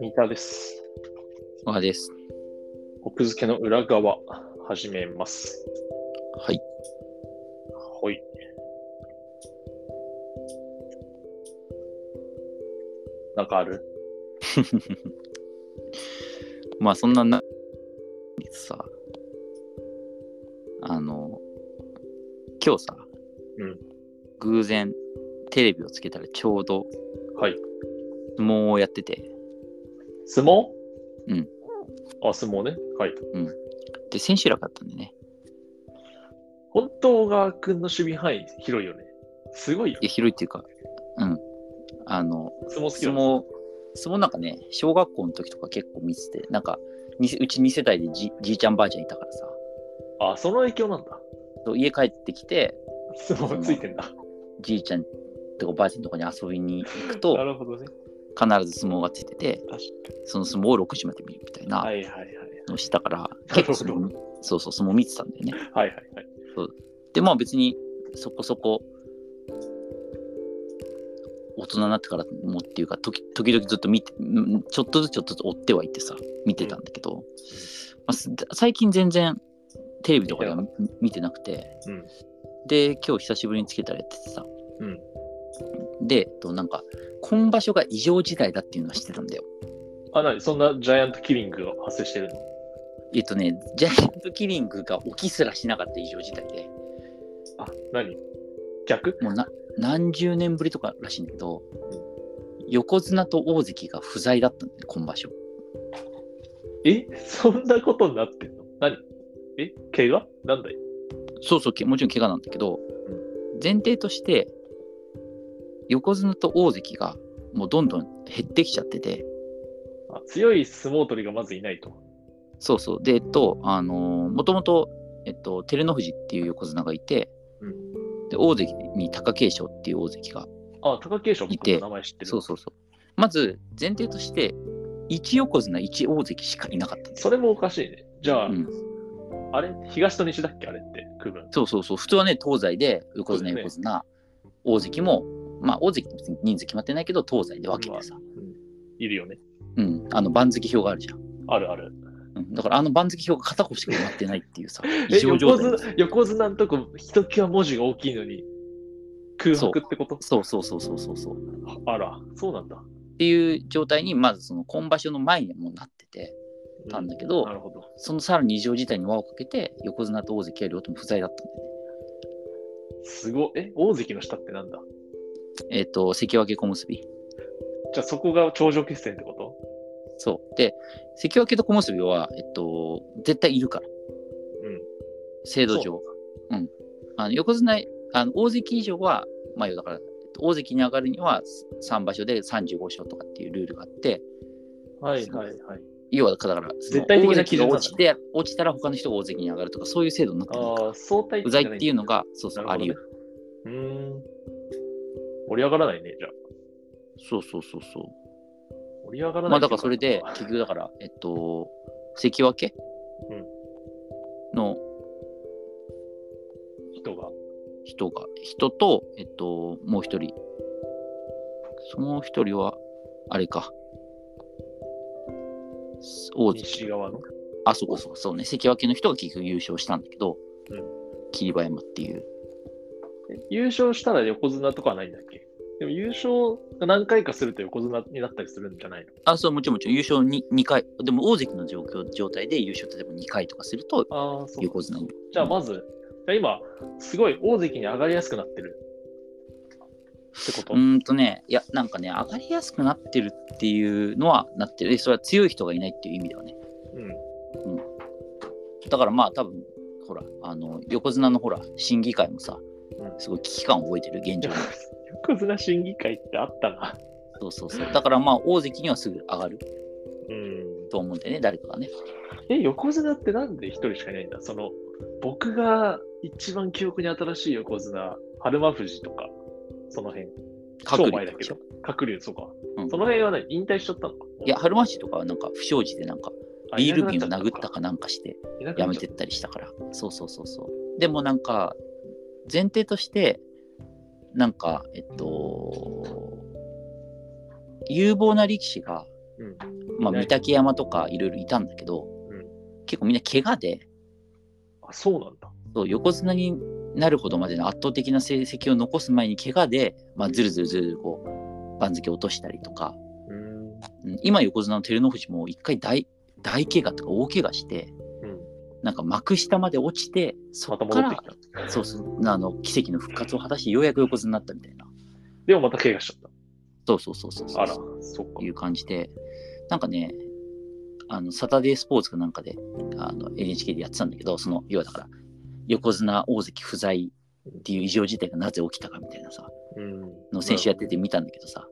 三田です。まあです。奥付けの裏側、始めます。はい。ほい。なんかあるまあそんなな、さ、あの、今日さ、うん偶然テレビをつけたらちょうどはい。相撲をやってて、相撲うん。あ、相撲ね。はい。で、選手らかったんでね、本当小川君の守備範囲広いよね。すごいよい。や広いっていうか、うん、あの、相撲好きだ相ね。撲、相撲なんかね、小学校の時とか結構見てて、なんか、にうち2世代でじじいちゃんばあちゃんいたからさ、あ、その影響なんだ。そう家帰ってきて、相撲ついてんだ。じいちゃんとかばあちゃんとかに遊びに行く なと、るほどね。必ず相撲がついてて、確その相撲を6時まで見るみたいかに。はないはいはい。のをしたから、なる結構ほそどのそうそう相撲見てたんだよね。はいはいはい。でまあ別にそこそこ大人になってからもっていうか時時々ずっと見てんちょっとずつちょっとずつ追ってはいってさ見てたんだけど、まあす最近全然テレビとかでは見てなくて、うんで今日久しぶりにつけたらやっててさ、うんでえっとなんか今場所が異常事態だっていうのは知ってたんだよ。あ、なにそんなジャイアントキリングが発生してるのえっとね、ジャイアントキリングが起きすらしなかった異常事態で、あ、なに逆もうな何十年ぶりとからしいんだけど、横綱と大関が不在だったんだよ、今場所。えそんなことになってんの何え怪我なんだいそうそう、けもちろん怪我なんだけど、前提として、横綱と大関がもうどんどん減ってきちゃってて、あ強い相撲取りがまずいないと。そうそう、で、えっと、あのー、もともと、えっと、照ノ富士っていう横綱がいて、うで大関に貴景勝っていう大関があ、貴景勝いて僕名前知ってる。そうそうそう。まず前提として、1横綱、1大関しかいなかったんだよそれもおかしいね。じゃあ、うんあれ東と西だっけあれって区分。そうそうそう。普通はね、東西で横綱、そうだね横綱、大関も、まあ大関って別に人数決まってないけど、東西で分けてさ、いるよね。うん、あの番付表があるじゃん。あるある。うん、だからあの番付表が片方しか埋まってないっていうさ、 え異常状横態。綱横綱のとこ、ひときわ文字が大きいのに空白ってことそうそうそうそうそうそう。っあら、そうなんだ。ていう状態に、まずその今場所の前にもなっててうんたんだけど、なるほど。そのさらに異常事態に輪をかけて、横綱と大関は両方とも不在だったんだよね。すごい。え、大関の下ってなんだえっ、と、関脇小結び。じゃあそこが頂上決戦ってことそう。で、関脇と小結は、えっと、絶対いるから、うん。制度上。うん。あの横綱、あの大関以上は、まあ、だから、大関に上がるには3場所で35勝とかっていうルールがあって、はいはいはい。要はだから、だからその絶対的な大関が基準なんだね落ちて、落ちたら他の人が大関に上がるとか、そういう制度になってるからああ、相対不在っていうのが、そうそう、あり得る。うーん。盛り上がらないね、じゃあ。そうそうそうそう。盛り上がらない。まあ、だからそれで、結局だから、えっと、関脇の、人が。人が、人と、えっと、もう一人。その一人は、あれか。大西関。側の。あ、そうかそうか、そうね。関脇の人が結局優勝したんだけど、うん霧馬山っていう。え優勝したら横綱とかはないんだっけでも優勝が何回かすると横綱になったりするんじゃないのあ、そう、もちろんもちろん優勝 2, 二回。でも大関の状況状態で優勝例えば2回とかすると、ああ、そうか。横綱に。じゃあまず、じゃあ今、すごい大関に上がりやすくなってる。ってこと、うーんとね、いや、なんかね、上がりやすくなってるっていうのはなってる。でそれは強い人がいないっていう意味ではね。うんだからまあ多分ほらあの横綱のほら審議会もさ、うんすごい危機感を覚えてる現 状横綱審議会ってあったな。そうそうそうだからまあ大関にはすぐ上がるうん。と思うんだよね誰かがねえ、横綱ってなんで一人しかいないんだその、僕が一番記憶に新しい横綱、春馬富士とか、その辺。商売だけど、鶴竜、そうか。うんその辺はね、引退しちゃったのか。いや、春馬市とかはなんか不祥事でなんかあビール瓶を殴った。かなんかしていなくやなっめちてゃっったりしたからそうそうそうそうでもなんか前提としてなんか、えっと、有望な力士が、うん。まいあ、ない御嶽山とかいろいろいたんだけど、ん結構みんな怪我であ、そうなんだ。そう横綱になるほどまでの圧倒的な成績を残す前に怪我で、まあ、ずるずるずるずるこう番付落としたりとか、うーん。うん今横綱の照ノ富士も一回大大怪我とか大怪我してうん。なんか幕下まで落ちてそまったか戻っらてきた。そうそうあの奇跡の復活を果たしてようやく横綱になったみたいなでもまた怪我しちゃっそうそうそうそうそた。うあら、そっか。いう感じで、なんかね、あのサタデースポーツかなんかであの NHK でやってたんだけど、その要はだから、横綱大関不在っていう異常事態がなぜ起きたかみたいなさ、うん。の選手やってて見たんだけどさ、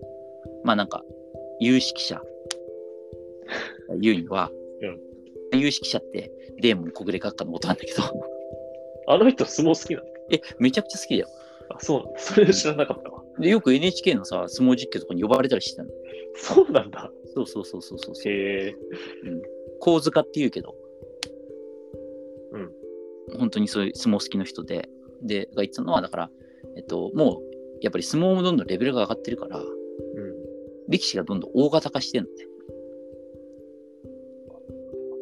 まあなんか、有識者、言うには、有識者ってデーモン小暮閣下のことなんだけど、あの人、相撲好きなんだ。え、めちゃくちゃ好きだよ。あ、そうなんだ。それ知らなかったわ。で、よく NHK のさ、相撲実況とかに呼ばれたりしてたの。そうなんだ。そうそうそうそうそうそう。へえ。神塚って言うけど、うん本当にそういう相撲好きの人で、で、が言ってたのは、だから、えっと、もう、やっぱり相撲もどんどんレベルが上がってるから、う力士がどんどん大型化してるのね。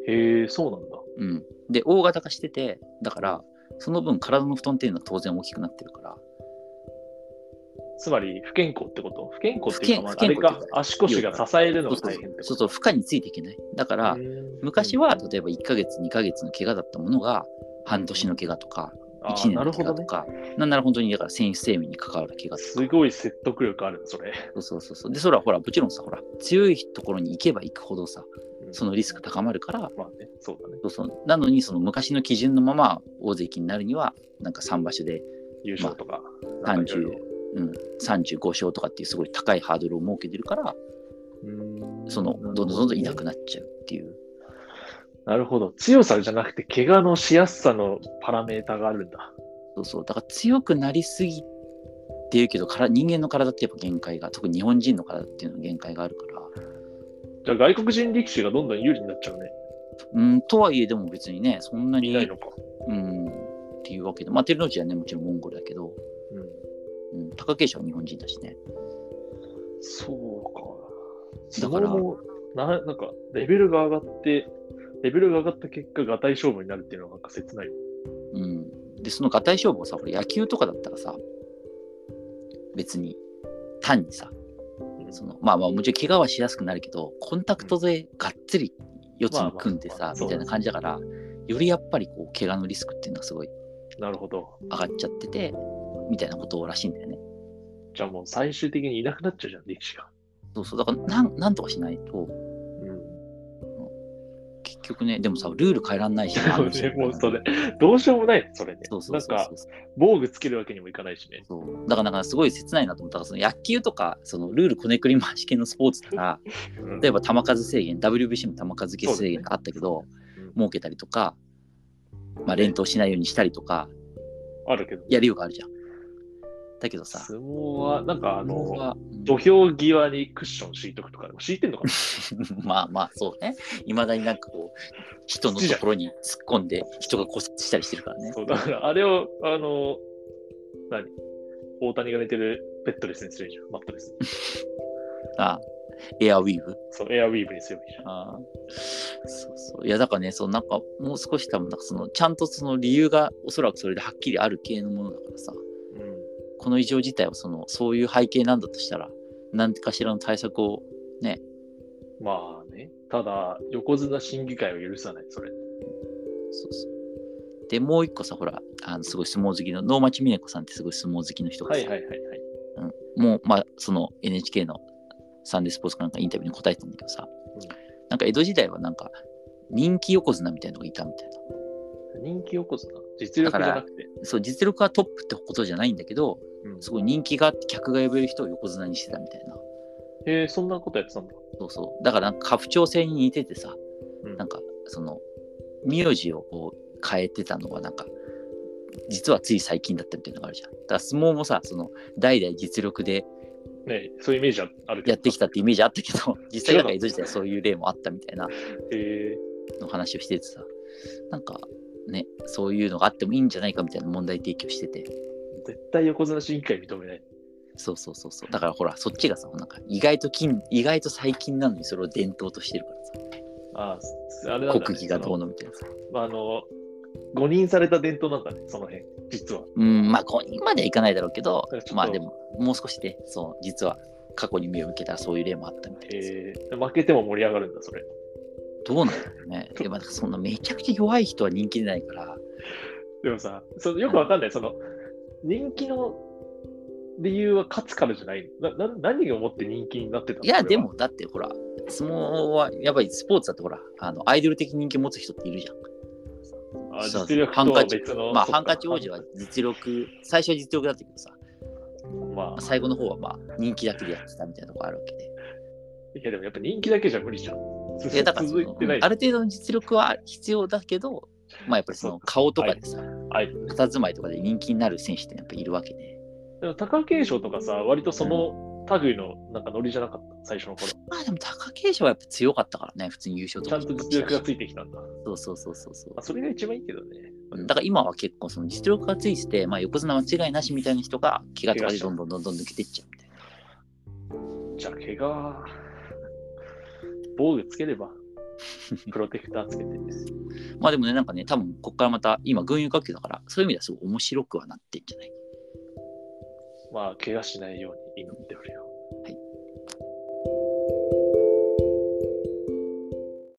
ん。へえ、そうなんだ。うん。で、大型化してて、だから、その分、体の布団っていうのは当然大きくなってるから、つまり、不健康ってこと不健康っていうか、まあ不あ健れ不健康か、足腰が支えるのそうが大変そうってことそうそう負荷についていけない。だから、うん昔は、例えば1ヶ月、2ヶ月の怪我だったものが、半年の怪我とか、あー1年なのるほ怪ど我とね。か、なんなら本当に、だから選手生命に関わる怪我とか。すごい説得力あるね、それ。そうそうそうそう。で、それはほら、もちろんさ、ほら、強いところに行けば行くほどさ、うんそのリスク高まるから、まあね、そうだね。そうそう。なのに、その昔の基準のまま大関になるには、なんか3場所で、優勝とか。まあなんかいろいろうん、35勝とかっていうすごい高いハードルを設けてるから、うんその、どんどんどんどんいなくなっちゃうっていう。なるほど。強さじゃなくて、怪我のしやすさのパラメータがあるんだ。そうそう。だから強くなりすぎてるけど、から人間の体ってやっぱ限界が、特に日本人の体っていうのは限界があるから、じゃあ、外国人力士がどんどん有利になっちゃうね。うん、とはいえ、でも別にね、そんないに、ないのか。うん、っていうわけで、まあ、照ノ富士はね、もちろんモンゴルだけど、うん。うん、貴景勝は日本人だしね。そうか。だから相撲もな、なんか、レベルが上がって、レベルが上がった結果、がたい勝負になるっていうのはなんか切ない。うん、で、その合体勝負をさ、これ野球とかだったらさ、別に単にさ、うんそのまあまあ、もちろん怪我はしやすくなるけど、コンタクトでがっつり四つに組んでまあまさあ、まあみたいな感じだから、よりやっぱりこう怪我のリスクっていうのがすごいなるほど。上がっちゃってて、みたいなことらしいんだよね。じゃあもう最終的にいなくなっちゃうじゃん、力士が。そうそう、だからなんなんとかしないと、うん。結局ね、でもさ、ルール変えらんないし、あの人もうそれ、どうしようもないね、それね。そうそうそうなんそかう、防具つけるわけにもいかないしね。そうだからなんかすごい切ないなと思ったからその野球とかそのルールこねくり回し系のスポーツならうん例えば球数制限 WBC も球数制限があったけど、うん設けたりとか、まあ、連投しないようにしたりとかあるけど、やりようがあるじゃん。だけどさ相撲は、なんかあ相撲の、はうん土俵際にクッション敷いとくとか、敷いてんのかな まあまあそうねいまだになんかこう人のところに突っ込んで人が骨折したりしてるからね。そう、だからあれを、あの、何大谷が寝てるベッドレスにするじゃん、マットレスに。あエアウィーヴそう、エアウィーブにすればいいじゃん。あーそうそういやだからねそのなんかもう少し多分なんかそのちゃんとその理由がおそらくそれではっきりある系のものだからさうんこの異常自体はそのそういう背景なんだとしたら何かしらの対策をまあね、ただ、横綱審議会を許さない、それ。そうそうでもう一個さほらあのすごい相撲好きの能町美奈子さんってすごい相撲好きの人がはさ、いはいはいはい。もうまあその NHK のサンデースポーツかなんかインタビューに答えてたんだけどさ、うんなんか江戸時代はなんか人気横綱みたいなのがいたみたいな人気横綱、実力じゃなくて。そう実力はトップってことじゃないんだけどうんすごい人気があって客が呼べる人を横綱にしてたみたいな。へえ、そんなことやってたんだ。そうそう。だからなんか家父長制に似ててさ、うんなんかその名字をこう変えてたのはなんか実はつい最近だったみたいなのがあるじゃん。だから相撲もさ、その代々実力でねそういうイメージはあるけど。やってきたってイメージあったけど、 実際なんか江戸時代そういう例もあったみたいなへえの話をしててさ、なんかね、そういうのがあってもいいんじゃないかみたいな問題提起をしてて。絶対横綱審議会認めない。そうそうそうそうだからほらそっちがさなんか意外と近意外と最近なのにそれを伝統としてるからさああ、あれなんだ、ね。国技がどうのみたいなさそのまあ、あの、誤認された伝統なんだね、その辺、実は。うんまあ5人まではいかないだろうけどちょっとまあでももう少しでそう実は過去に目を向けたらそういう例もあったみたいです、えー、負けても盛り上がるんだ、それ。どうなんだろうね でもなんかそんなめちゃくちゃ弱い人は人気出ないからでもさ、そのよくわかんない、その、人気の理由は勝つからじゃない。なな何をもって人気になってたのいやそれはでもだってほら相撲はやっぱりスポーツだってほらあのアイドル的人気持つ人っているじゃんあそう実力とハンカはチ別の。まあそっかハンカチ王子は実力最初は実力だったけどさまあ、最後の方はまあ人気だけでやってたみたいなとこあるわけ で。いやでもやっぱ人気だけじゃ無理じゃん。いやだからそ続のいてない。ある程度の実力は必要だけど、まあやっぱりそそのう顔とかでさ、はいたずまいとかで人気になる選手ってやっぱいるわけで。でも貴景勝とかさ、割とその類のなんかノリじゃなかった、最初の頃。まあでも貴景勝はやっぱ強かったからね、普通に優勝とちゃかんと実力がついてきたんだ。まそうそうそうそうそうあ、。それが一番いいけどね。うんだから今は結構その実力がついてて、まあ、横綱間違いなしみたいな人が怪我とかでどんどんどんどん抜けてっちゃうみたいな。じゃあ、怪我。防具つけれ ば、プロテクターつけて。まあでもね、なんかね、多分ここからまた今群雄割拠だから、そういう意味ではすごい面白くはなってんじゃないまあ、怪我しないように祈っておるよ。